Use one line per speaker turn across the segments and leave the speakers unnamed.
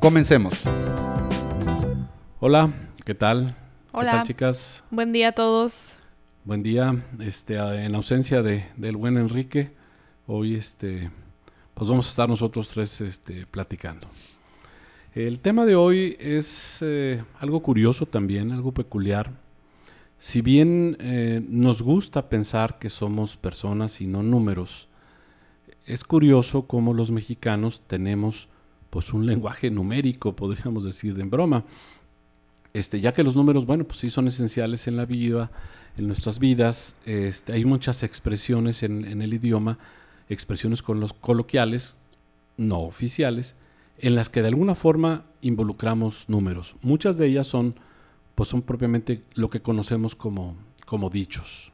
Comencemos.
Hola, ¿qué tal?
Hola.
¿Qué tal, chicas?
Buen día a todos.
Buen día. Este, a- en ausencia de, del buen Enrique, hoy este, pues vamos a estar nosotros tres este, platicando. El tema de hoy es eh, algo curioso también, algo peculiar. Si bien eh, nos gusta pensar que somos personas y no números, es curioso cómo los mexicanos tenemos pues un lenguaje numérico, podríamos decir de en broma. Este, ya que los números, bueno, pues sí son esenciales en la vida, en nuestras vidas. Este, hay muchas expresiones en, en el idioma, expresiones con los coloquiales, no oficiales, en las que de alguna forma involucramos números. Muchas de ellas son, pues son propiamente lo que conocemos como, como dichos.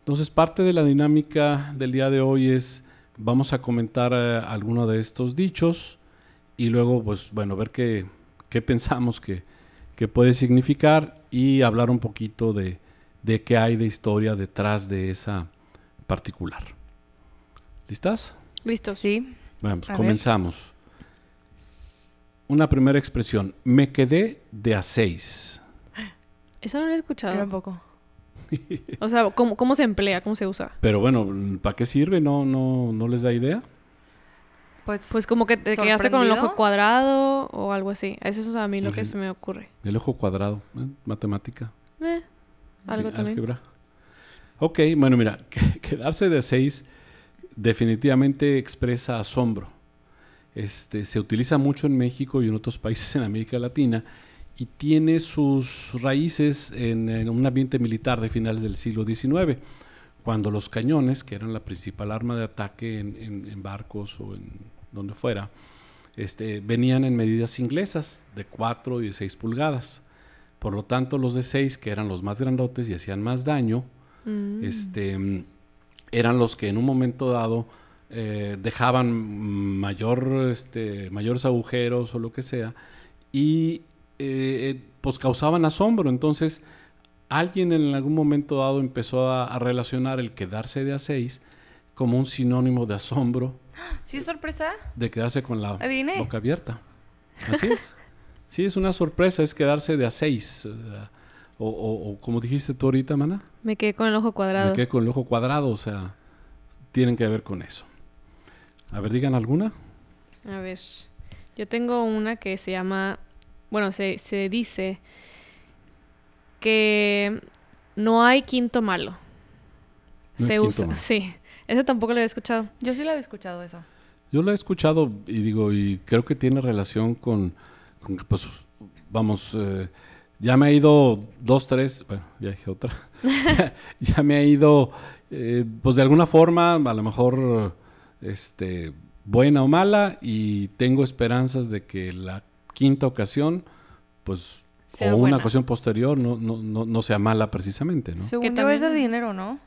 Entonces, parte de la dinámica del día de hoy es, vamos a comentar eh, alguno de estos dichos y luego, pues bueno, ver qué, qué pensamos que, que puede significar y hablar un poquito de, de qué hay de historia detrás de esa particular. ¿Listas?
Listos.
Sí.
Bueno, pues
A ver.
comenzamos. Una primera expresión. Me quedé de a seis.
Eso no
Pero un
lo he escuchado.
poco.
O sea, ¿cómo, cómo se emplea? ¿Cómo se usa?
Pero bueno, ¿para qué sirve? ¿No, no, ¿No les da idea?
Pues,
Pues como que te quedaste con el ojo
¿Sorprendido?
cuadrado o algo así. Eso es a mí lo que
Ujú.
se me ocurre.
El ojo cuadrado. ¿eh? Matemática.
Eh, algo
Sí,
también.
álgebra. Ok, bueno, mira, que- quedarse de seis definitivamente expresa asombro. Este, se utiliza mucho en México y en otros países en América Latina y tiene sus raíces en, en un ambiente militar de finales del siglo XIX, cuando los cañones, que eran la principal arma de ataque en, en- en barcos o en donde fuera, este, venían en medidas inglesas de 4 y de 6 pulgadas. Por lo tanto, los de 6, que eran los más grandotes y hacían más daño,
Mm.
este, mm, eran los que en un momento dado eh, dejaban mm, mayor, este, mayores agujeros o lo que sea, y eh, eh, pues causaban asombro. Entonces, alguien en algún momento dado empezó a, a relacionar el quedarse de a 6 como un sinónimo de asombro
¿Sí es sorpresa?
de quedarse con la
Adiviné.
boca abierta. Así es. sí, es una sorpresa, es quedarse de a seis. eh, o, o- o como dijiste tú ahorita, Mana,
Me quedé con el ojo
me
cuadrado.
quedé con el ojo cuadrado, o sea, tienen que ver con eso. A ver, digan alguna.
A ver, yo tengo una que se llama, bueno, se, se dice que no hay quinto malo.
No hay
se
quinto
usa,
malo.
sí. Eso tampoco lo había escuchado.
Yo sí lo había escuchado eso.
Yo la he escuchado y digo, y creo que tiene relación con, con que, pues, vamos, eh, ya me ha ido dos, tres, bueno, ya dije otra, ya me ha ido, eh, pues de alguna forma, a lo mejor, este, buena o mala, y tengo esperanzas de que la quinta ocasión, pues,
Sea
o
buena.
una ocasión posterior, no, no, no, no sea mala precisamente, ¿no?
Según yo
también-
es del dinero, ¿no?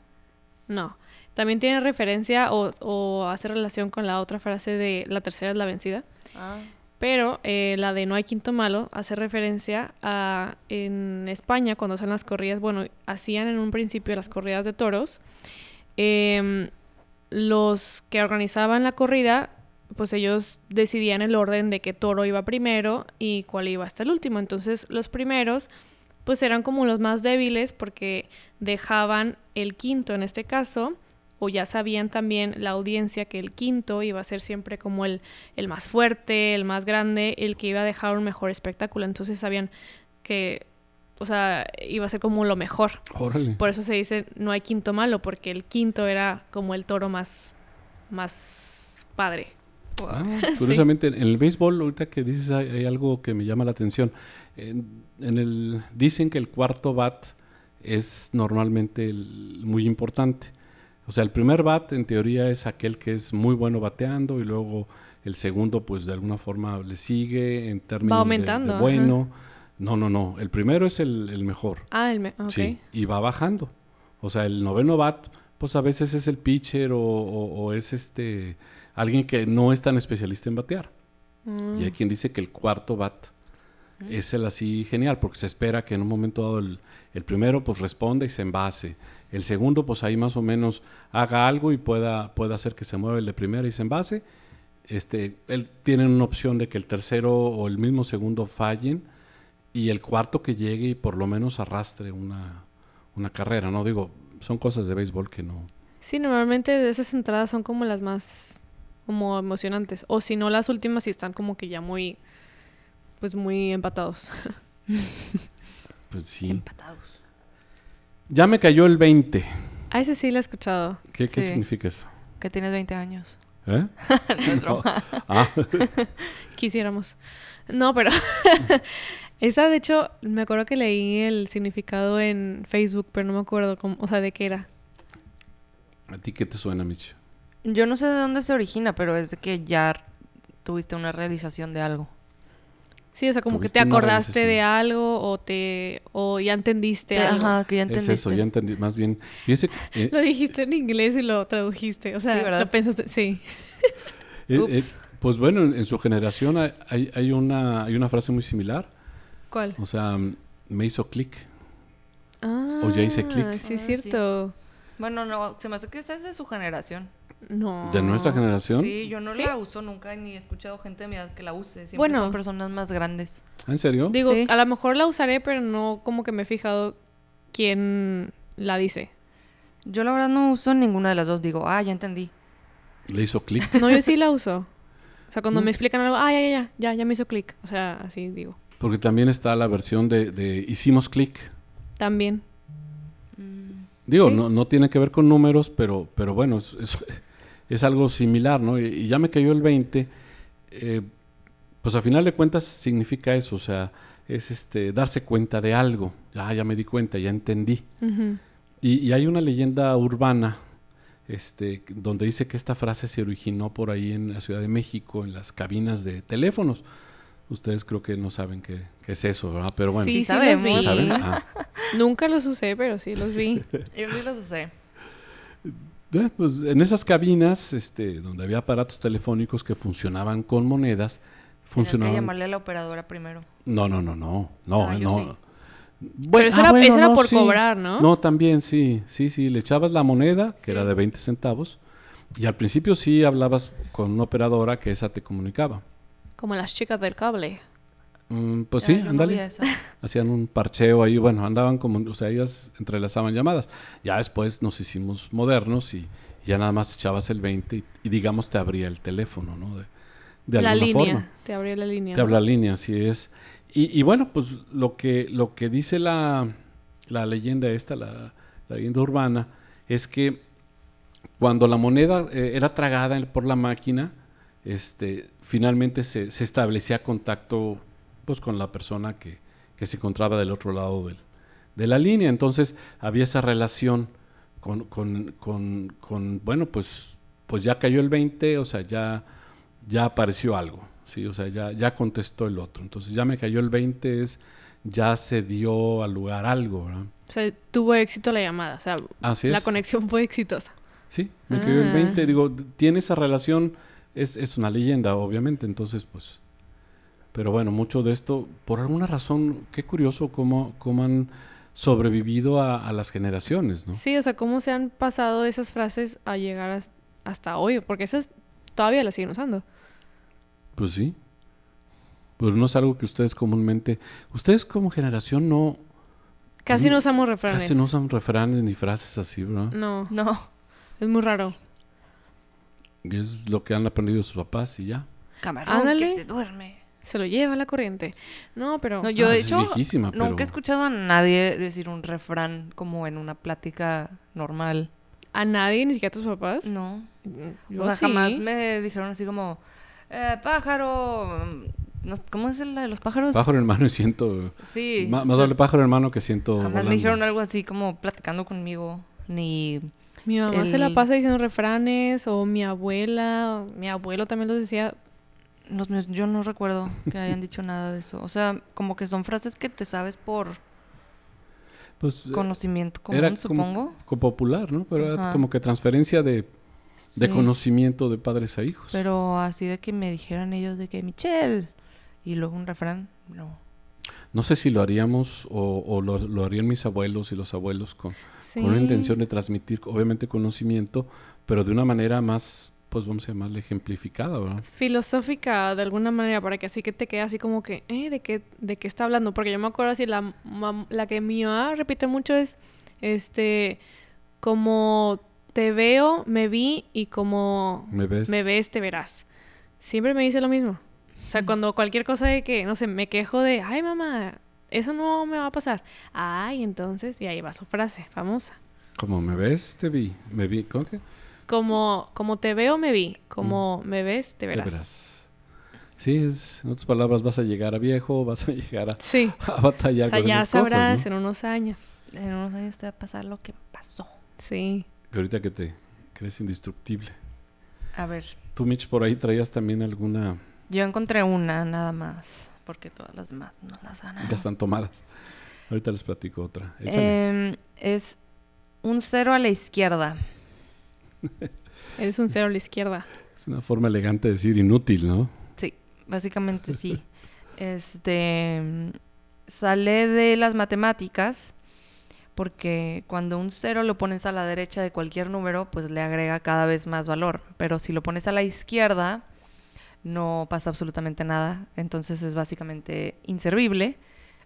No. También tiene referencia o, o hace relación con la otra frase de la tercera es la vencida.
Ah.
Pero eh, la de no hay quinto malo hace referencia a en España cuando hacen las corridas, bueno, hacían en un principio las corridas de toros. em, los que organizaban la corrida, pues ellos decidían el orden de qué toro iba primero y cuál iba hasta el último. Entonces los primeros, pues eran como los más débiles porque dejaban el quinto en este caso, o ya sabían también la audiencia que el quinto iba a ser siempre como el el más fuerte, el más grande, el que iba a dejar un mejor espectáculo. Entonces sabían que, o sea, iba a ser como lo mejor.
Órale.
Por eso se dice no hay quinto malo, porque el quinto era como el toro más, más padre.
Ah, curiosamente, en el béisbol, ahorita que dices, hay, hay algo que me llama la atención. En, en el, dicen que el cuarto bat es normalmente el- muy importante. O sea, el primer bat en teoría es aquel que es muy bueno bateando y luego el segundo pues de alguna forma le sigue en términos de-
aumentando,
de,
ajá.
bueno. No, no, no. El primero es el, el mejor.
Ah, el me- ah, ok.
Sí. Y va bajando. O sea, el noveno bat pues a veces es el pitcher o, o- o es este alguien que no es tan especialista en batear.
Mm,
Y hay quien dice que el cuarto bat es el así genial, porque se espera que en un momento dado el, el primero pues responda y se envase. El segundo pues ahí más o menos haga algo y pueda, pueda hacer que se mueva el de primera y se envase. Este, él, tienen una opción de que el tercero o el mismo segundo fallen y el cuarto que llegue y por lo menos arrastre una, una carrera, ¿no? Digo, son cosas de béisbol que no...
Sí, normalmente esas entradas son como las más como emocionantes. O si no, las últimas sí están como que ya muy, pues muy empatados.
Pues sí.
Empatados.
Ya me cayó el 20.
A ese sí la he escuchado.
¿Qué, qué
Sí.
significa eso?
Que tienes 20 años.
¿Eh? No. Ah,
Quisiéramos. No, pero esa de hecho me acuerdo que leí el significado en Facebook, pero no me acuerdo cómo, o sea, de qué era.
¿A ti qué te suena, Mich?
Yo no sé de dónde se origina, pero es de que ya tuviste una realización de algo.
Sí, o sea, como que
Tuviste
te
una
acordaste de
realización.
algo o te o ya entendiste algo.
Ajá, que ya
Es
entendiste.
eso, ya entendí. Más bien, fíjense, eh,
Lo dijiste en inglés y lo tradujiste, o sea,
Sí, ¿verdad?
lo pensaste, sí.
eh,
Ups.
eh, pues bueno, en, en su generación hay- hay, hay, una, hay una frase muy similar.
¿Cuál?
O sea, mm, me hizo clic.
Ah,
ya hice clic.
Sí,
Ah,
es
sí.
cierto.
Bueno, no, se me hace que esa es de su generación.
No.
¿De nuestra generación?
Ah, Sí, yo no
¿Sí?
la uso nunca ni he escuchado gente de mi edad que la use. Siempre
Bueno.
son personas más grandes.
Ah, ¿En serio?
Digo,
Sí.
a lo mejor la usaré, pero no como que me he fijado quién la dice.
Yo la verdad no uso ninguna de las dos. Digo, ah, ya entendí.
Le hizo clic.
No, yo sí la uso. O sea, cuando
Mm.
me explican algo, ah, ya, ya, ya, ya, ya me hizo clic. O sea, así digo.
Porque también está la versión de, de hicimos clic.
También.
Digo,
Mm,
Sí.
no, no tiene que ver con números, pero, pero bueno, es, es- es algo similar, ¿no? Y, y ya me cayó el 20. eh, pues a final de cuentas significa eso, o sea, es este darse cuenta de algo. Ah, Ya, ya me di cuenta, ya entendí.
Ujú.
Y, y hay una leyenda urbana este, que- donde dice que esta frase se originó por ahí en la Ciudad de México, en las cabinas de teléfonos. Ustedes creo que no saben qué, qué es eso, ¿verdad? Pero bueno,
Sí
Sí, sí, los
sabemos.
vi.
sí.
¿saben? Ah,
Nunca los usé, pero sí los vi.
Yo sí las usé.
eh, pues, en esas cabinas este, donde había aparatos telefónicos que funcionaban con monedas,
Tenías que
funcionaban...
llamarle a la operadora primero.
No, no, no, no, no,
Ah,
eh,
yo
no.
sí.
Bueno,
Pero eso
ah,
era,
bueno,
eso era
no,
por
sí.
cobrar, ¿no?
No, también sí, sí, sí, le echabas la moneda, que
Sí.
era de 20 centavos, y al principio sí hablabas con una operadora que esa te comunicaba.
Como las chicas del cable.
Mm, pues
Ah,
sí,
yo no vi
ándale.
eso.
Hacían un parcheo ahí, bueno, andaban como, o sea, ellas entrelazaban llamadas. Ya después nos hicimos modernos y ya nada más echabas el 20 y, y digamos te abría el teléfono, ¿no? De, de
la
alguna
línea.
forma.
Te abrió la línea.
Te habla línea, así es. Y, y bueno, pues lo que, lo que dice la, la leyenda esta, la, la leyenda urbana, es que cuando la moneda eh, era tragada en- por la máquina, este, finalmente se, se establecía contacto pues, con la persona que, que se encontraba del otro lado del- de la línea. Entonces había esa relación con, con- con- con, bueno, pues, pues ya cayó el 20, o sea, ya, ya apareció algo, ¿sí? O sea, ya, ya contestó el otro. Entonces ya me cayó el 20 es ya se dio al lugar algo, ¿verdad?
O sea, tuvo éxito la llamada. O sea,
Así
la
es.
conexión fue exitosa.
Sí, me cayó el
Ah.
20. Digo, d- tiene esa relación, es, es una leyenda, obviamente, entonces, pues. Pero bueno, mucho de esto, por alguna razón, qué curioso cómo, cómo han sobrevivido a, a las generaciones, ¿no?
Sí, o sea, cómo se han pasado esas frases a llegar as- hasta hoy, porque esas todavía las siguen usando.
Pues sí. Pero no es algo que ustedes comúnmente. Ustedes como generación no.
Casi
Mm,
no usamos refranes.
Casi no usan refranes ni frases así, ¿verdad?
No,
No,
es muy raro.
Es lo que han aprendido sus papás y ya.
camarón
Ándale.
que se duerme.
Se lo lleva la corriente. No, pero
No, yo
Ah,
de
es
hecho
viejísima, pero-
nunca he escuchado a nadie decir un refrán como en una plática normal.
a nadie, ni siquiera a tus papás.
No.
Yo
Mm, o sea,
sí.
jamás me dijeron así como, eh, pájaro. mm, no- ¿Cómo es la de los pájaros?
Pájaro hermano y siento.
Pues Sí.
ma-
o
más
sea,
vale pájaro hermano que siento.
jamás
volando.
me dijeron algo así como platicando conmigo, ni
Mi mamá se la
el-
pasa diciendo refranes, o mi abuela, o mi abuelo también los decía.
Los míos, yo no recuerdo que hayan dicho nada de eso. O sea, como que son frases que te sabes por
Pues, eh,
conocimiento común,
era como-
supongo.
co- popular, ¿no? Pero era
Ajá.
como que transferencia de, de
Sí.
conocimiento de padres a hijos.
Pero así de que me dijeran ellos de que Michelle. Y luego un refrán, no.
No sé si lo haríamos o, o lo, lo harían mis abuelos y los abuelos con,
Sí.
con una intención de transmitir, obviamente, conocimiento, pero de una manera más, pues vamos a llamarle ejemplificada, ¿verdad?
filosófica de alguna manera para que así que te quede así como que eh de qué de qué está hablando porque yo me acuerdo así la mam- la que mi mamá repite mucho es este como te veo me vi y como
Me ves.
me ves te verás siempre me dice lo mismo o sea cuando cualquier cosa de que no sé me quejo de ay mamá eso no me va a pasar ay entonces y ahí va su frase famosa
Como me ves, te vi. Me vi. ¿Cómo que?
como como te veo me vi como me ves te
Te
verás,
verás. Sí, es, en otras palabras, vas a llegar a viejo, vas a llegar a,
sí
a batallar
O sea,
con
ya
esas cosas,
sabrás
¿no?
en unos años.
En unos años te va a pasar lo que pasó.
Sí.
Que ahorita que te crees indestructible.
A ver,
Tú, Mitch, por ahí traías también alguna...
yo encontré una nada más. Porque todas las demás no las han
Ya están tomadas. Ahorita les platico otra. Échale.
Em, es un cero a la izquierda.
Eres un cero a la izquierda.
es una forma elegante de decir inútil, ¿no?
Sí, básicamente sí. Este mm, sale de las matemáticas porque cuando un cero lo pones a la derecha de cualquier número, pues le agrega cada vez más valor. Pero si lo pones a la izquierda, no pasa absolutamente nada. Entonces es básicamente inservible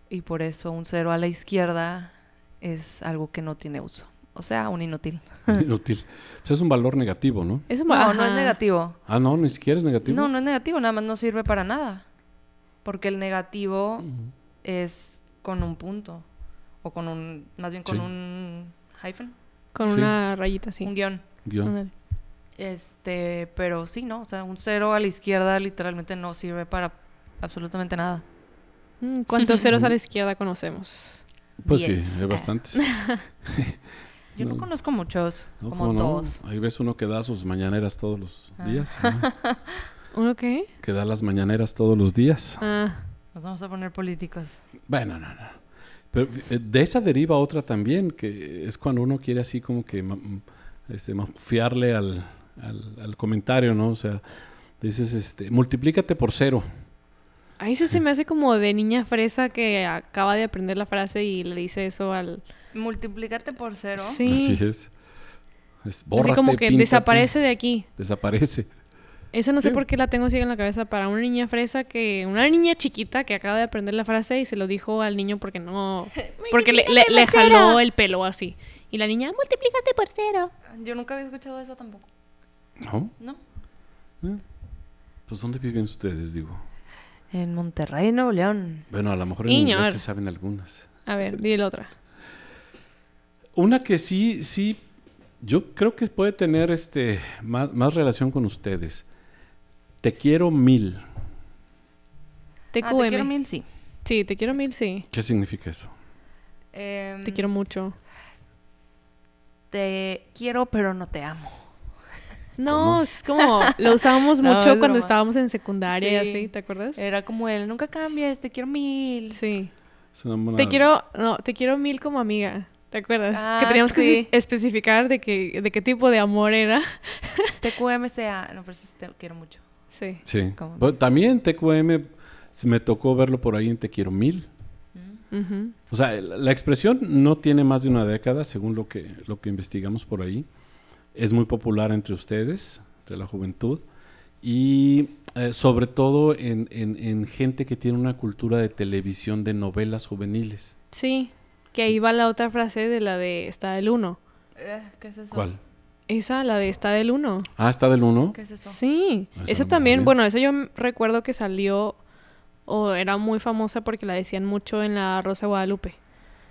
y por eso un cero a la izquierda es algo que no tiene uso. O sea, un inútil.
inútil. O sea, es un valor negativo, ¿no?
Es un
No,
ba-
no es
ajá.
negativo.
Ah, no, ni siquiera es negativo.
No, no es negativo, nada más no sirve para nada. Porque el negativo es con un punto. O con un. Más bien con
Sí.
un hyphen.
Con
Sí.
una rayita así.
Un guión.
Guión.
Ándale.
Este. Pero sí, ¿no? O sea, un cero a la izquierda literalmente no sirve para absolutamente nada.
Mm, ¿Cuántos ceros a la izquierda conocemos?
Pues
Diez.
sí, hay bastantes.
Yo no,
No.
conozco muchos,
No,
como
¿cómo no?
todos.
Ahí ves uno que da sus mañaneras todos los
Ah.
días. ¿no?
¿Uno qué?
que da las mañaneras todos los días.
Ah,
Nos vamos a poner políticos.
Bueno, no, no. Pero eh, de esa deriva otra también, que es cuando uno quiere así como que ma- m- este, mafiarle al, al, al comentario, ¿no? O sea, dices, este, multiplícate por cero.
ahí sí se me hace como de niña fresa que acaba de aprender la frase y le dice eso al...
Multiplícate por cero.
Sí.
Así es. es
Así
bórrate,
como que
píntate,
desaparece de aquí.
Desaparece.
Esa no sé
Sí.
por qué la tengo así en la cabeza para una niña fresa que... Una niña chiquita que acaba de aprender la frase y se lo dijo al niño porque no... Porque le, le- le jaló el pelo así. Y la niña, multiplícate por cero.
Yo nunca había escuchado eso tampoco.
¿No?
¿No?
Pues ¿dónde viven ustedes, digo?
En Monterrey, Nuevo León.
Bueno, a lo mejor en
Iñor.
inglés se saben algunas.
A ver, di la otra.
Una que sí, sí, yo creo que puede tener este más, más relación con ustedes. Te quiero mil.
TQM.
Ah, te quiero mil, sí.
Sí, te quiero mil, sí.
¿Qué significa eso?
Em,
Te quiero mucho.
Te quiero, pero no te amo.
No, es como lo usábamos
No,
mucho
es
cuando
broma.
estábamos en secundaria y
Sí.
así, ¿te acuerdas?
Era como él, nunca cambies, te quiero mil.
Sí.
Es una buena-
Te quiero, no, te quiero mil como amiga. ¿Te acuerdas?
Ah,
que teníamos que
sí.
si- especificar de qué, de qué tipo de amor era.
TQMCA. Ah, No, pero sí te quiero mucho.
Sí.
Sí.
¿Cómo?
Bueno, también TQM, si me tocó verlo por ahí en Te quiero mil.
Ujú.
O sea, el- la expresión no tiene más de una década, según lo que, lo que investigamos por ahí. Es muy popular entre ustedes, entre la juventud, y eh, sobre todo en, en- en gente que tiene una cultura de televisión de novelas juveniles.
Sí. Que ahí va la otra frase de la de está del uno. Eh,
¿Qué es eso?
¿Cuál?
Esa, la de está del uno.
Ah, está del 1.
¿Qué es eso?
Sí,
Esa no
esa
me
también,
sabía.
bueno, esa yo m- recuerdo que salió o era muy famosa porque la decían mucho en la Rosa de Guadalupe.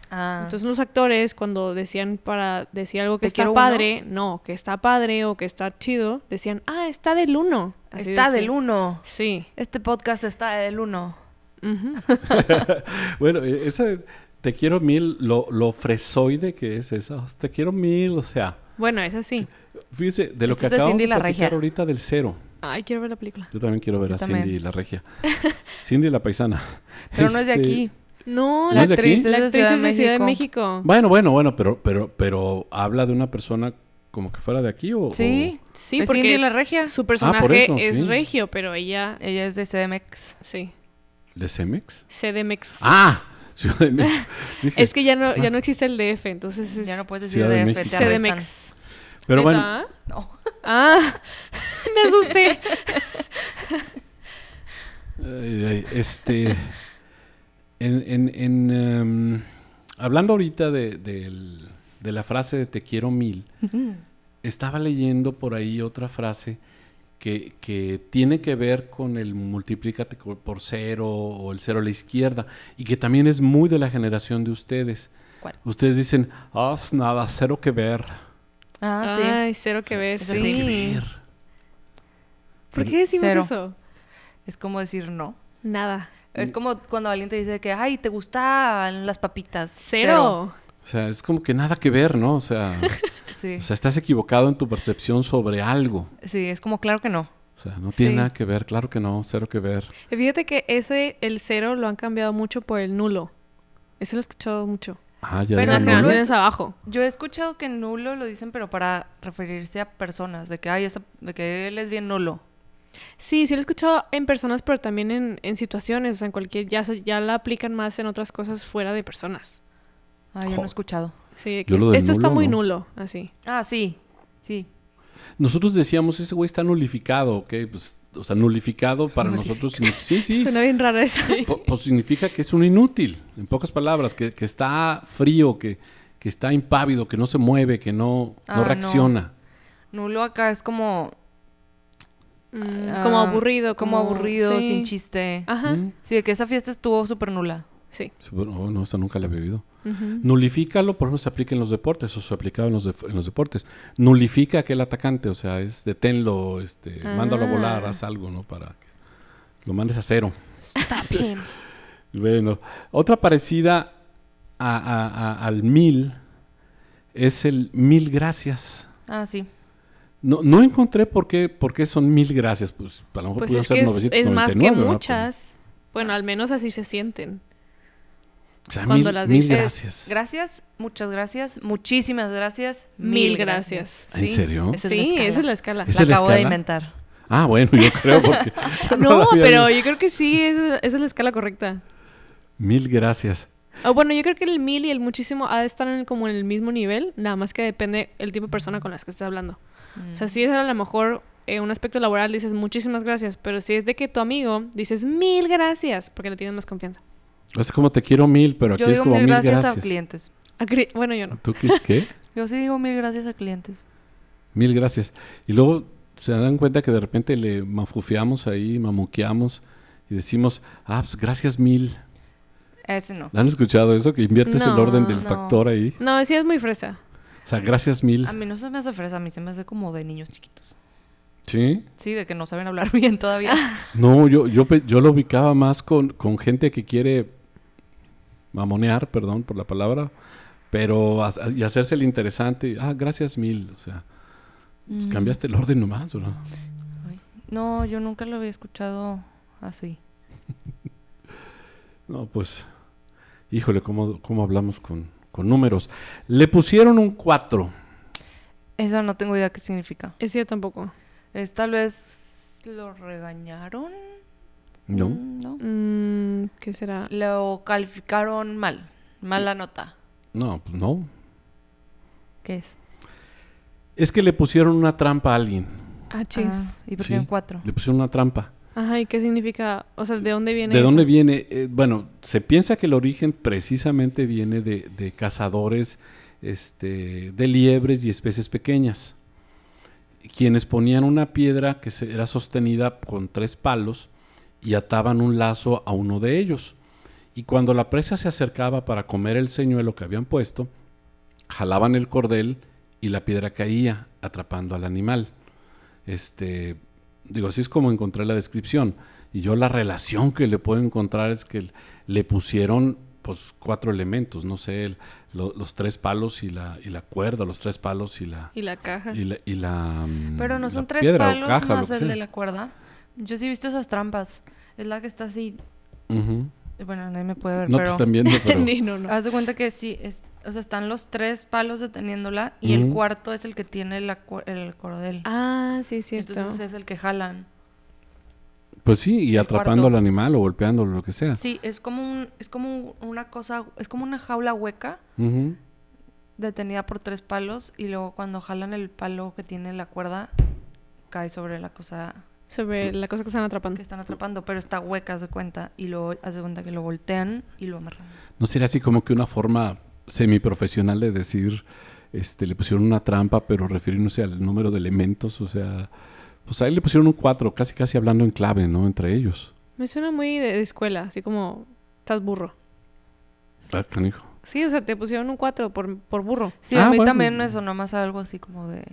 Ah,
Entonces los actores cuando decían para decir algo
¿Te
que está
quiero
padre, no, que está padre o que está chido, decían, ah, está del uno. Así
está
decían.
del uno.
Sí.
Este podcast está del uno.
ujú.
Bueno, eh, esa de Te quiero mil, lo, lo fresoide que es esa. Te quiero mil, o sea,
Bueno, eso sí.
Fíjese, de lo
Este
que
es de
acabamos
Cindy
de
la
platicar
Regia.
ahorita del cero.
Ay, quiero ver la película.
Yo también quiero ver
Yo
a
también.
Cindy la regia. Cindy la paisana.
Pero no es de
Este,
aquí.
No,
¿No
la
es de aquí?
actriz, la actriz es de Ciudad de México.
Bueno, bueno, bueno, pero, pero, pero habla de una persona como que fuera de aquí o.
Sí,
oh.
Sí,
es
porque
Cindy
es-
la regia.
su personaje
Ah, eso,
es
sí.
regio, pero ella,
Ella es de CDMX.
sí,
o ¿De Cemex?
CDMX.
¡Ah! Ciudad de México. Dije,
Es que ya no, ya no existe el DF, entonces es
Ya no puedes decir
Ciudad de
de
México.
CDMX.
pero bueno,
¿Verdad?
No.
Ah, me asusté.
Ay, ay, este. En, en- en, em, hablando ahorita de, del- de la frase de te quiero mil, estaba leyendo por ahí otra frase que, que tiene que ver con el multiplícate co- por cero o el cero a la izquierda y que también es muy de la generación de ustedes.
¿Cuál?
Ustedes dicen, ah, es nada, cero que ver.
Ah, sí.
Ay, cero que ver,
Eso
sí.
sí.
Cero que ver.
¿Por qué decimos
Cero.
eso?
Es como decir no.
Mm.
Nada.
Es como cuando alguien te dice que, ay, ¿te gustan las papitas?
Cero.
O sea, es como que nada que ver, ¿no? O sea,
Sí.
o sea, estás equivocado en tu percepción sobre algo.
sí, es como claro que no.
O sea, no tiene
Sí.
nada que ver, claro que no, cero que ver.
Fíjate que ese, el cero, lo han cambiado mucho por el nulo. Eso lo he escuchado mucho.
Ah, ya
Pero las
ves,
Las
nulo
¿no?
generaciones-
generaciones abajo.
Yo he escuchado que nulo lo dicen, pero para referirse a personas, de que, ay, esa- de que él es bien nulo.
Sí, sí lo he escuchado en personas, pero también en, en situaciones, o sea, en cualquier, ya, se- ya la aplican más en otras cosas fuera de personas.
Ay, Ah, yo no
Jo.
he escuchado.
Sí, de que
Yo
es-
lo de
esto está
nulo,
muy
¿no?
nulo, así.
Ah, sí, sí.
Nosotros decíamos, ese güey está nulificado, ¿ok? Pues, o sea, nulificado para nosotros. signi- Sí, sí.
Suena bien raro eso.
po- Pues significa que es un inútil, en pocas palabras, que, que está frío, que, que está impávido, que no se mueve, que no,
Ah,
no
no.
reacciona.
Nulo acá es como...
Mm,
ah,
como aburrido,
Como
como,
aburrido,
sí.
sin chiste.
Ajá,
Mm,
Sí, de que esa fiesta estuvo súper nula.
sí.
sí, bueno, oh, no, esa nunca la he bebido.
Ujú.
Nulifícalo, por ejemplo, se aplica en los deportes, o se aplicaba en los, def- en los deportes. Nulifica a aquel atacante, o sea, es deténlo, este, mándalo a volar,
Ah.
haz algo, ¿no? Para que lo mandes a cero. Bueno, otra parecida a- a- a- al mil es el mil gracias.
Ah, sí.
No, no encontré por qué, por qué son mil gracias. Pues a lo mejor
Pues
pudieron
es
ser
que es, es
999.
más que
¿verdad? Pero- pues
muchas. Bueno, al menos así se sienten.
o sea,
cuando
mil,
las
mil
dices,
gracias.
Gracias, muchas gracias, muchísimas gracias.
Mil gracias.
¿En
sí.
serio?
Esa es la
sí,
escala.
esa es la escala.
¿Esa
La
es la
acabo de
escala?
inventar.
Ah, bueno, yo creo porque...
No,
la había
pero
visto.
yo creo que sí, esa, esa es la escala correcta.
Mil gracias.
Ah, bueno, yo creo que el mil y el muchísimo ha de estar en el- como en el mismo nivel, nada más que depende el tipo de persona con las que estés hablando. O
Mm.
sea, si es a lo mejor eh, un aspecto laboral, dices muchísimas gracias, pero si es de que tu amigo, dices mil gracias, porque le tienes más confianza.
Es como te quiero mil, pero aquí
Yo
es
digo
como
mil gracias, a
gracias.
clientes.
Ah, cre- Bueno, yo no.
¿Tú qué es qué?
Yo sí digo mil gracias a clientes.
Mil gracias. Y luego se dan cuenta que de repente le mafufiamos ahí, mamuqueamos y decimos, ah, pues gracias mil.
Ese no.
¿Han escuchado eso? Que inviertes el
No,
orden del
no.
factor ahí.
No, sí es muy fresa.
O sea, gracias mil.
A mí no se me hace fresa, a mí se me hace como de niños chiquitos.
Sí.
Sí, de que no saben hablar bien todavía.
No, yo, yo, pe- yo lo ubicaba más con, con gente que quiere mamonear, perdón por la palabra, pero ha- y hacerse el interesante. Ah, gracias mil. O sea, pues,
Mm.
cambiaste el orden nomás, ¿o no?
No, yo nunca lo había escuchado así.
No, pues, híjole, ¿cómo, cómo hablamos con, con números? Le pusieron un 4.
Esa no tengo idea qué significa.
Eso yo tampoco.
Es tal vez lo regañaron.
¿No?
Mm, No.
Mm, ¿Qué será?
Lo calificaron mal. Mala nota.
No, pues no.
¿Qué es?
Es que le pusieron una trampa a alguien.
Ah, chis.
Ah, ¿Y por
Sí.
qué un cuatro?
Le pusieron una trampa.
Ah.
Ajá, ¿y qué significa? O sea, ¿de dónde viene
¿De
eso?
dónde viene? Eh, bueno, se piensa que el origen precisamente viene de, de cazadores este, de liebres y especies pequeñas, quienes ponían una piedra que se- era sostenida con tres palos y ataban un lazo a uno de ellos. Y cuando la presa se acercaba para comer el señuelo que habían puesto, jalaban el cordel y la piedra caía, atrapando al animal. Este, digo, así es como encontré la descripción. Y yo la relación que le puedo encontrar es que le pusieron pues cuatro elementos, no sé, el- lo- los tres palos y la, y la cuerda, los tres palos y la...
Y la caja.
Y la, y la, mm,
Pero no
la
son tres
piedra o
palos
caja, lo
más
que
el
sea.
de la cuerda. Yo sí he visto esas trampas. Es la que está así.
Ujú.
Bueno, nadie me puede ver,
No pues te
pero.
están viendo, pero...
Ni- no, no.
Haz de cuenta que sí. es- o sea, están los tres palos deteniéndola y el
Ujú.
cuarto es el que tiene la cu- el cordel.
Ah, sí, es cierto.
Entonces es el que jalan.
Pues sí, y
El
atrapando
cuarto.
al animal o golpeándolo, lo que sea.
Sí, es como un, es como un- una cosa, es como una jaula hueca
Ujú.
detenida por tres palos y luego cuando jalan el palo que tiene la cuerda cae sobre la cosa
Sobre la cosa que están atrapando.
que están atrapando, pero está hueca, haz de cuenta, y luego haz de cuenta que lo voltean y lo amarran.
¿No sería así como que una forma semiprofesional de decir, este, le pusieron una trampa, pero refiriéndose al número de elementos? O sea, pues a él le pusieron un 4, casi casi hablando en clave, ¿no? Entre ellos.
Me suena muy de, de escuela, así como estás burro.
Ah, canijo.
Sí, o sea, te pusieron un 4 por, por burro.
Sí,
Ah,
a mí
bueno.
también me sonó más algo así como de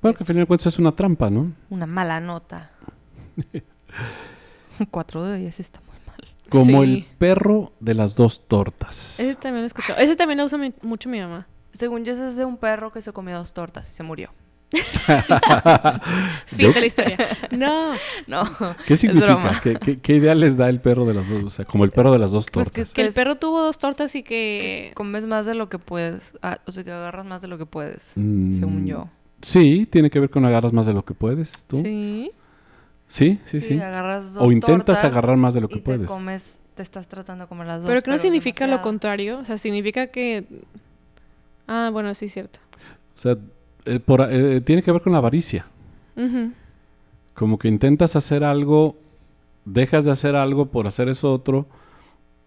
Bueno, que al final de cuentas es una trampa, ¿no?
una mala nota. Cuatro de diez está muy mal.
Como
Sí.
el perro de las dos tortas.
Ese también lo he escuchado. Ese también lo usa mi- mucho mi mamá.
Según yo, ese es de un perro que se comió dos tortas y se murió.
Fin
Yo-
de la historia. No,
No,
¿Qué
broma.
significa? ¿Qué, qué, qué idea les da el perro de las dos? O sea, como el perro de las dos
pues
tortas.
que,
que el
ustedes
perro tuvo dos tortas y que...
Eh, comes más de lo que puedes, ah, o sea, que agarras más de lo que puedes,
Mm,
según yo.
Sí, tiene que ver con agarras más de lo que puedes, tú. Sí,
Sí.
sí, sí.
agarras dos
O intentas
tortas
agarrar más de lo
y
que
te
puedes.
comes, te estás tratando de comer las dos.
Pero que no significa lo
demasiado.
contrario. O sea, significa que... Ah, bueno, sí, cierto.
O sea, eh, por- eh, tiene que ver con la avaricia.
Ujú.
Como que intentas hacer algo, dejas de hacer algo por hacer eso otro,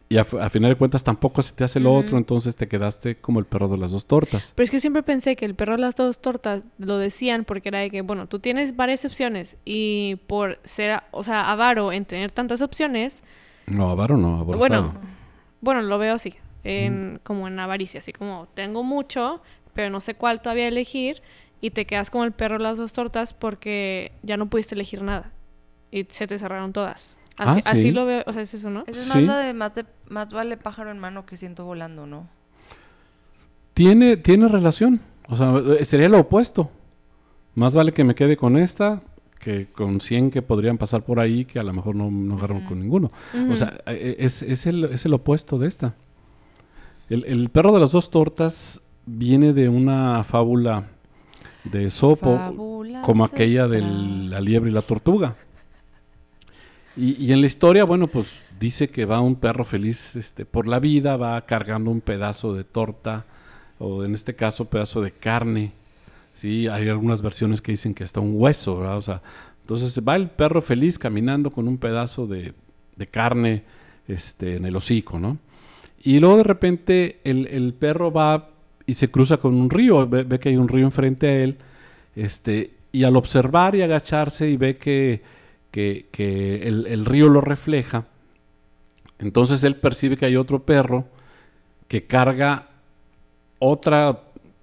y a, f- a final de cuentas tampoco se te hace lo
Ujú.
otro, entonces te quedaste como el perro de las dos tortas.
Pero es que siempre pensé que el perro de las dos tortas lo decían porque era de que, bueno, tú tienes varias opciones y por ser, o sea, avaro en tener tantas opciones,
No, avaro no, aborazado.
Bueno, bueno, lo veo así,
Mm.
en- como en avaricia, así como tengo mucho, pero no sé cuál todavía elegir y te quedas como el perro de las dos tortas porque ya no pudiste elegir nada y se te cerraron todas.
Ah,
Así, así
sí.
lo veo, o sea, es eso, ¿no?
Esa es más
Sí.
la de más, de- más vale pájaro en mano que siento volando, ¿no?
Tiene, tiene relación. O sea, eh, sería lo opuesto. Más vale que me quede con esta que con 100 que podrían pasar por ahí que a lo mejor no, no agarran
Ujú.
con ninguno.
Ujú.
O sea, eh, es, es el, es el opuesto de esta. El, el perro de las dos tortas viene de una fábula de Sopo,
Fábula
como aquella de
ancestral.
la liebre y la tortuga. Y, y en la historia, bueno, pues dice que va un perro feliz este, por la vida, va cargando un pedazo de torta, o en este caso, pedazo de carne. Sí, hay algunas versiones que dicen que hasta un hueso, ¿verdad? O sea, entonces va el perro feliz caminando con un pedazo de, de carne este, en el hocico, ¿no? Y luego de repente el, el perro va y se cruza con un río, ve, ve que hay un río enfrente a él, este, y al observar y agacharse y ve que, que- que el, el río lo refleja, entonces él percibe que hay otro perro que carga otra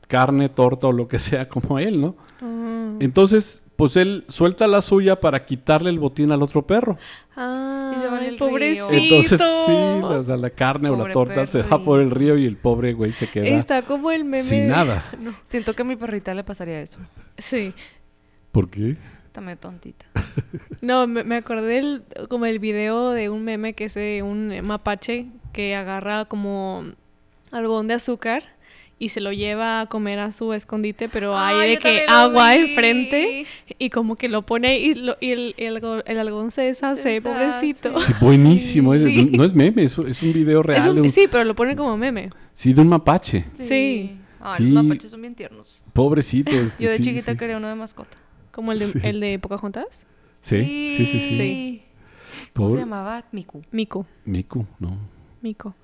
carne, torta o lo que sea como él, ¿no?
Ah.
Entonces, pues él suelta la suya para quitarle el botín al otro perro.
Ah,
Y se va en el río.
pobrecito.
Entonces, sí, la- o sea, la carne o la
Pobre
torta se
perro
va
y-
por el río y el pobre güey se queda
Está como el meme.
sin nada.
Siento que a mi perrita le pasaría eso.
Sí.
¿Por qué?
También tontita.
No, me, me acordé el- como el video de un meme que es de un mapache que agarra como algodón de azúcar y se lo lleva a comer a su escondite, pero hay de que agua enfrente y como que lo pone y, lo- y el, el algo- el algodón se deshace,
deshace.
pobrecito.
Sí, buenísimo. es-
Sí.
No es meme, es, es un video real.
Es un-
de un- sí.
sí, pero lo pone como meme.
de un mapache.
Sí.
Sí.
Ah,
Sí.
los mapaches son bien tiernos.
Pobrecito. este,
Yo de
sí,
chiquita
sí.
quería uno de mascota.
Como el de,
Sí.
el de Pocahontas.
Sí, sí, sí. sí.
Sí. ¿Cómo se
Pobre
llamaba? Miku.
Mico.
Miku, ¿no?
Mico.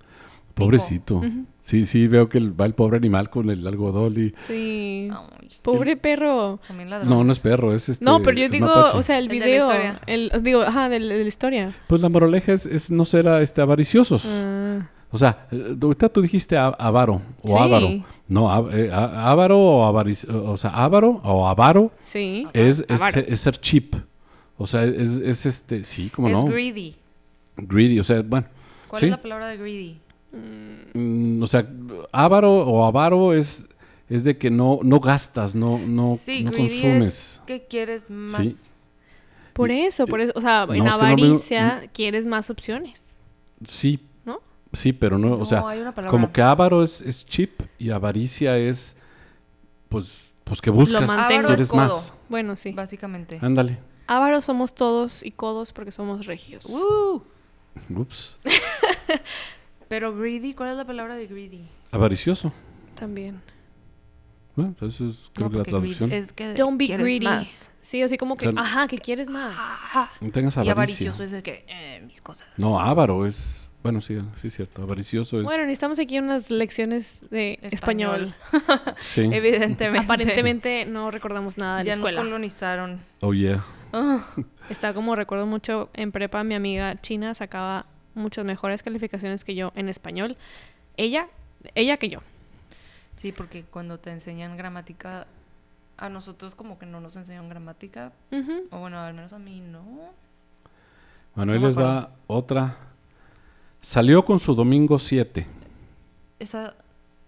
Pobrecito.
Ujú.
Sí, sí, veo que el- va el pobre animal con el algodón y...
Sí.
Ay,
Ah, Pobre perro.
Ah, son bien ladrones.
No, no es perro, es este...
No, pero yo
es
digo,
mapache.
o sea, el
El de la
video.
historia.
El digo, ajá, del- de, la historia.
Pues la moraleja es, es no ser a- este, avariciosos.
Ah,
O sea, eh, ahorita tú dijiste a- avaro o
Sí.
avaro. No, av- eh, a- avaro o avaricio. O sea, avaro o avaro
sí.
es, es,
Avaro.
es ser cheap. O sea, es, es este, sí, como
Es
no.
greedy.
Greedy, o sea, bueno.
¿Cuál
Sí.
es la palabra de greedy?
Mm, o sea, avaro o avaro es, es de que no, no gastas, no, no,
sí,
no
greedy
consumes.
es que quieres más.
Por eso, por eso. O sea,
No,
en
es que no me-
avaricia quieres más opciones.
Sí.
¿No?
Sí, pero no,
No,
o sea,
hay una palabra.
como que avaro es, es cheap y avaricia es, pues, pues que buscas,
mantengo.
Avaro es
quieres
codo.
más.
Bueno, sí.
Básicamente.
Ándale.
Ávaros somos todos y codos porque somos regios.
¡Uh!
Ups.
Pero greedy, ¿cuál es la palabra de greedy?
Avaricioso.
También.
Bueno, eso es creo
No,
que la
porque greedy
traducción.
Es que
Don't be
quieres
greedy.
más.
Sí, así como que,
O sea,
ajá, que quieres más.
Ajá.
No tengas
Y
avaricia.
avaricioso es el que... eh, mis cosas.
No, ah, avaro es. Bueno, sí, sí es cierto. Avaricioso es.
Bueno, necesitamos aquí unas lecciones de español.
Español.
sí.
Evidentemente.
Aparentemente no recordamos nada de la
Ya nos
escuela.
colonizaron.
Oh, yeah.
Ah,
Está como recuerdo mucho en prepa, mi amiga china sacaba muchas mejores calificaciones que yo en español. Ella, ella que yo.
sí, porque cuando te enseñan gramática... A nosotros como que no nos enseñan gramática.
Ujú.
O bueno, al menos a mí no.
Bueno,
No
ahí
me
les va otra. Salió con su domingo 7.
Esa...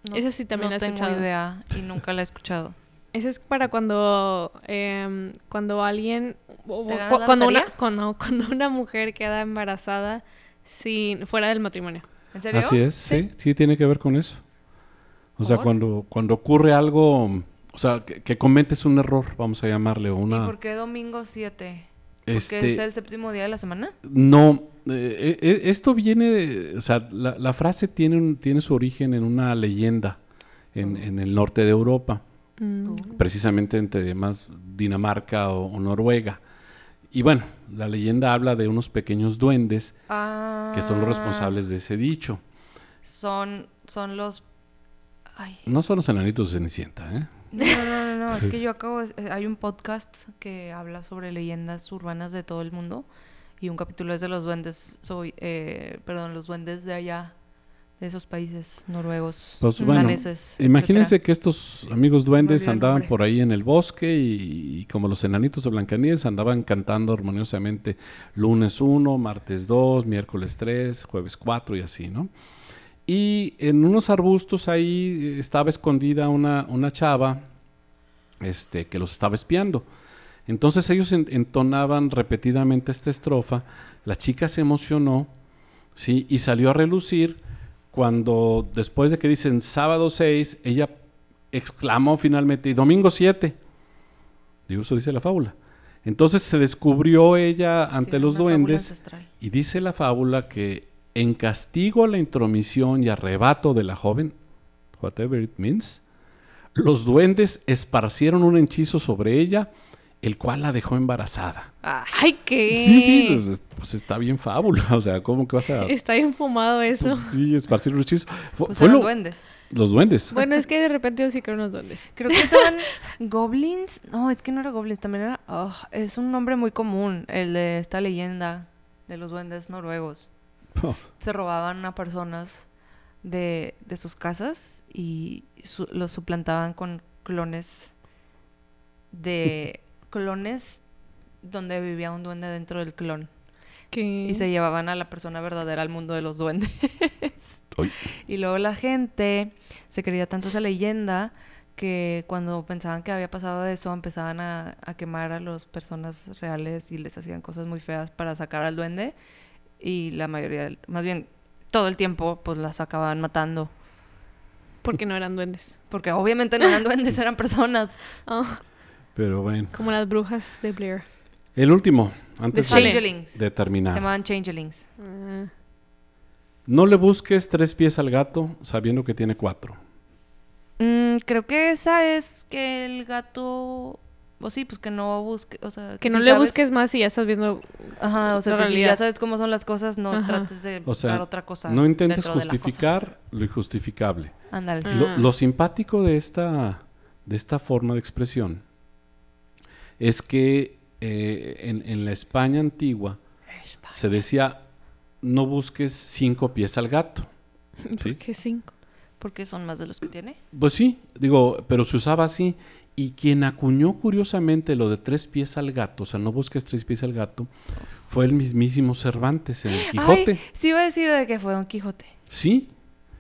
No,
Esa sí también
no
la he
tengo
escuchado.
idea y nunca la he escuchado.
Ese es para cuando, em, cuando alguien, o-
¿Te
o-
ganas
cu-
la
cuando, una,
lotería?
cuando, cuando una mujer queda embarazada sin, fuera del matrimonio.
¿En serio?
Así es, sí. sí, tiene que ver con eso. O sea,
¿Por?
cuando, cuando ocurre algo, o sea, que, que cometes un error, vamos a llamarle, o
¿Y
una...
por qué domingo 7? ¿Porque
este,
es el séptimo día de la semana?
No, eh, eh, esto viene, de- o sea, la, la frase tiene, un- tiene su origen en una leyenda en, en el norte de Europa.
Mm.
precisamente entre más Dinamarca o, o Noruega. Y bueno, la leyenda habla de unos pequeños duendes
Ah.
que son los responsables de ese dicho.
Son, son los... Ay.
No son los enanitos de Cenicienta, ¿eh?
No, no, no, no, es que yo acabo... de- eh, Hay un podcast que habla sobre leyendas urbanas de todo el mundo y un capítulo es de los duendes, soy, eh, perdón, los duendes de allá, de esos países noruegos,
Pues, bueno,
daneses.
Imagínense que estos amigos
me olvidó
duendes
el
andaban
nombre.
por ahí en el bosque y, y como los enanitos de Blancanieves andaban cantando armoniosamente lunes 1, martes 2, miércoles 3, jueves 4 y así, ¿no? Y en unos arbustos ahí eh, estaba escondida una, una chava este, que los estaba espiando. Entonces ellos en- entonaban repetidamente esta estrofa, la chica se emocionó, ¿sí? Y salió a relucir cuando después de que dicen sábado 6, ella exclamó finalmente, y domingo 7. Digo, eso dice la fábula. Entonces se descubrió ella ante los duendes y dice la fábula que en castigo a la intromisión y arrebato de la joven, whatever it means, los duendes esparcieron un hechizo sobre ella, el cual la dejó embarazada.
Ah.
Ay, qué.
Sí, sí, pues, pues está bien fábula, o sea, ¿cómo que vas a...
Está bien fumado eso.
pues, sí, esparcir un hechizo. Fu-
Pues
fue
eran
lo-
duendes.
los duendes.
Bueno, es que de repente yo sí creo en los duendes.
Creo que son goblins. No, es que no era goblins, también era... ah, es un nombre muy común, el de esta leyenda de los duendes noruegos.
Oh,
Se robaban a personas de, de sus casas y su- los suplantaban con clones de... clones donde vivía un duende dentro del clon.
Que...
Y se llevaban a la persona verdadera al mundo de los duendes.
Ay.
y luego la gente se creía tanto esa leyenda que cuando pensaban que había pasado eso empezaban a, a quemar a las personas reales y les hacían cosas muy feas para sacar al duende. Y la mayoría, del- más bien todo el tiempo, pues las acababan matando.
Porque no eran duendes.
Porque obviamente no eran duendes, eran personas.
Ah,
pero bueno.
como las brujas de Blair.
El último, antes
Sale.
de,
Changelings.
de
Se
terminar.
llamaban changelings.
Ah,
No le busques tres pies al gato sabiendo que tiene cuatro.
Mm, creo que esa es que el gato... O sí, pues que no busque, o sea...
que no
si
le
sabes-
busques más y ya estás viendo.
Ajá, o sea,
la
que si
realidad.
ya sabes cómo son las cosas, no
Ajá.
trates de
O sea,
buscar otra cosa.
no intentes
dentro de la cosa. Mm.
justificar lo injustificable.
Ándale.
Ah.
Lo, lo simpático de esta, de esta forma de expresión es que eh, en, en la España antigua se decía no busques cinco pies al gato.
¿y
Sí.
¿Por qué cinco?
Porque son más de los que tiene.
Pues sí, digo, pero se usaba así. Y quien acuñó curiosamente lo de tres pies al gato, o sea, no busques tres pies al gato,
Oh.
fue el mismísimo Cervantes, en el Quijote.
Ay, sí iba a decir de que fue Don Quijote.
Sí,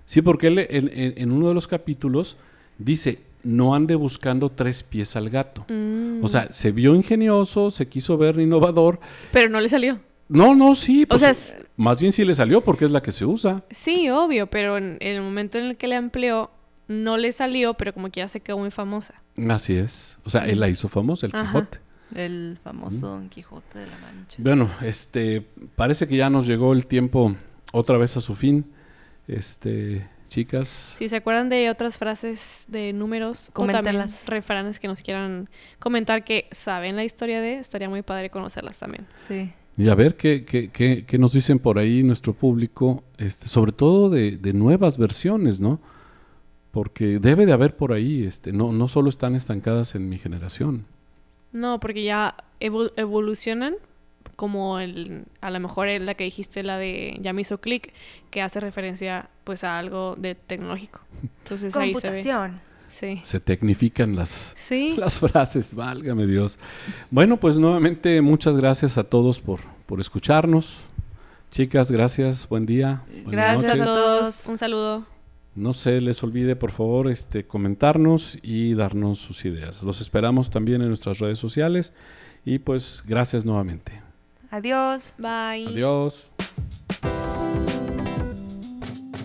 Sí, porque él en, en- en uno de los capítulos dice, no ande buscando tres pies al gato.
Mm.
O sea, se vio ingenioso, se quiso ver innovador.
Pero no le salió.
No, no, sí.
O
pues,
sea, es-
más bien sí le salió porque es la que se usa.
sí, obvio, pero en, en el momento en el que la empleó, no le salió, pero como que ya se quedó muy famosa.
Así es. O sea, él la hizo famosa, el
Ajá.
Quijote.
El famoso
Mm.
Don Quijote de la Mancha.
Bueno, este, parece que ya nos llegó el tiempo otra vez a su fin. Este, chicas.
Si se acuerdan de otras frases de números o también
Coméntenlas.
refranes que nos quieran comentar que saben la historia de, estaría muy padre conocerlas también.
Sí.
Y a ver qué, qué- qué- qué nos dicen por ahí nuestro público, este, sobre todo de, de nuevas versiones, ¿no? Porque debe de haber por ahí, este, no, no solo están estancadas en mi generación.
No, porque ya evo- evolucionan como el, a lo mejor el- la que dijiste, la de ya me hizo clic, que hace referencia pues a algo de tecnológico. Entonces Pues ahí se ve.
Computación.
Sí.
Se tecnifican las,
Sí.
las frases, válgame Dios. Bueno, pues nuevamente muchas gracias a todos por, por escucharnos. Chicas, gracias, buen día. buenas
Gracias a
noches.
Gracias a todos.
todos.
Un saludo.
No se les olvide, por favor, este, comentarnos y darnos sus ideas. Los esperamos también en nuestras redes sociales. Y pues, gracias nuevamente.
Adiós.
Bye.
Adiós.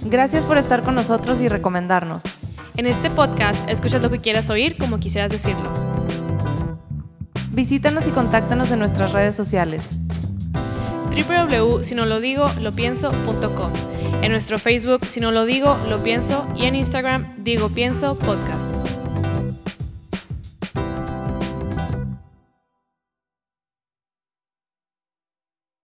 Gracias por estar con nosotros y recomendarnos.
En este podcast escuchas lo que quieras oír como quisieras decirlo.
Visítanos y contáctanos en nuestras redes sociales.
www.sinolodigolopienso.com En nuestro Facebook, Si No Lo Digo, Lo Pienso y en Instagram, Digo Pienso Podcast.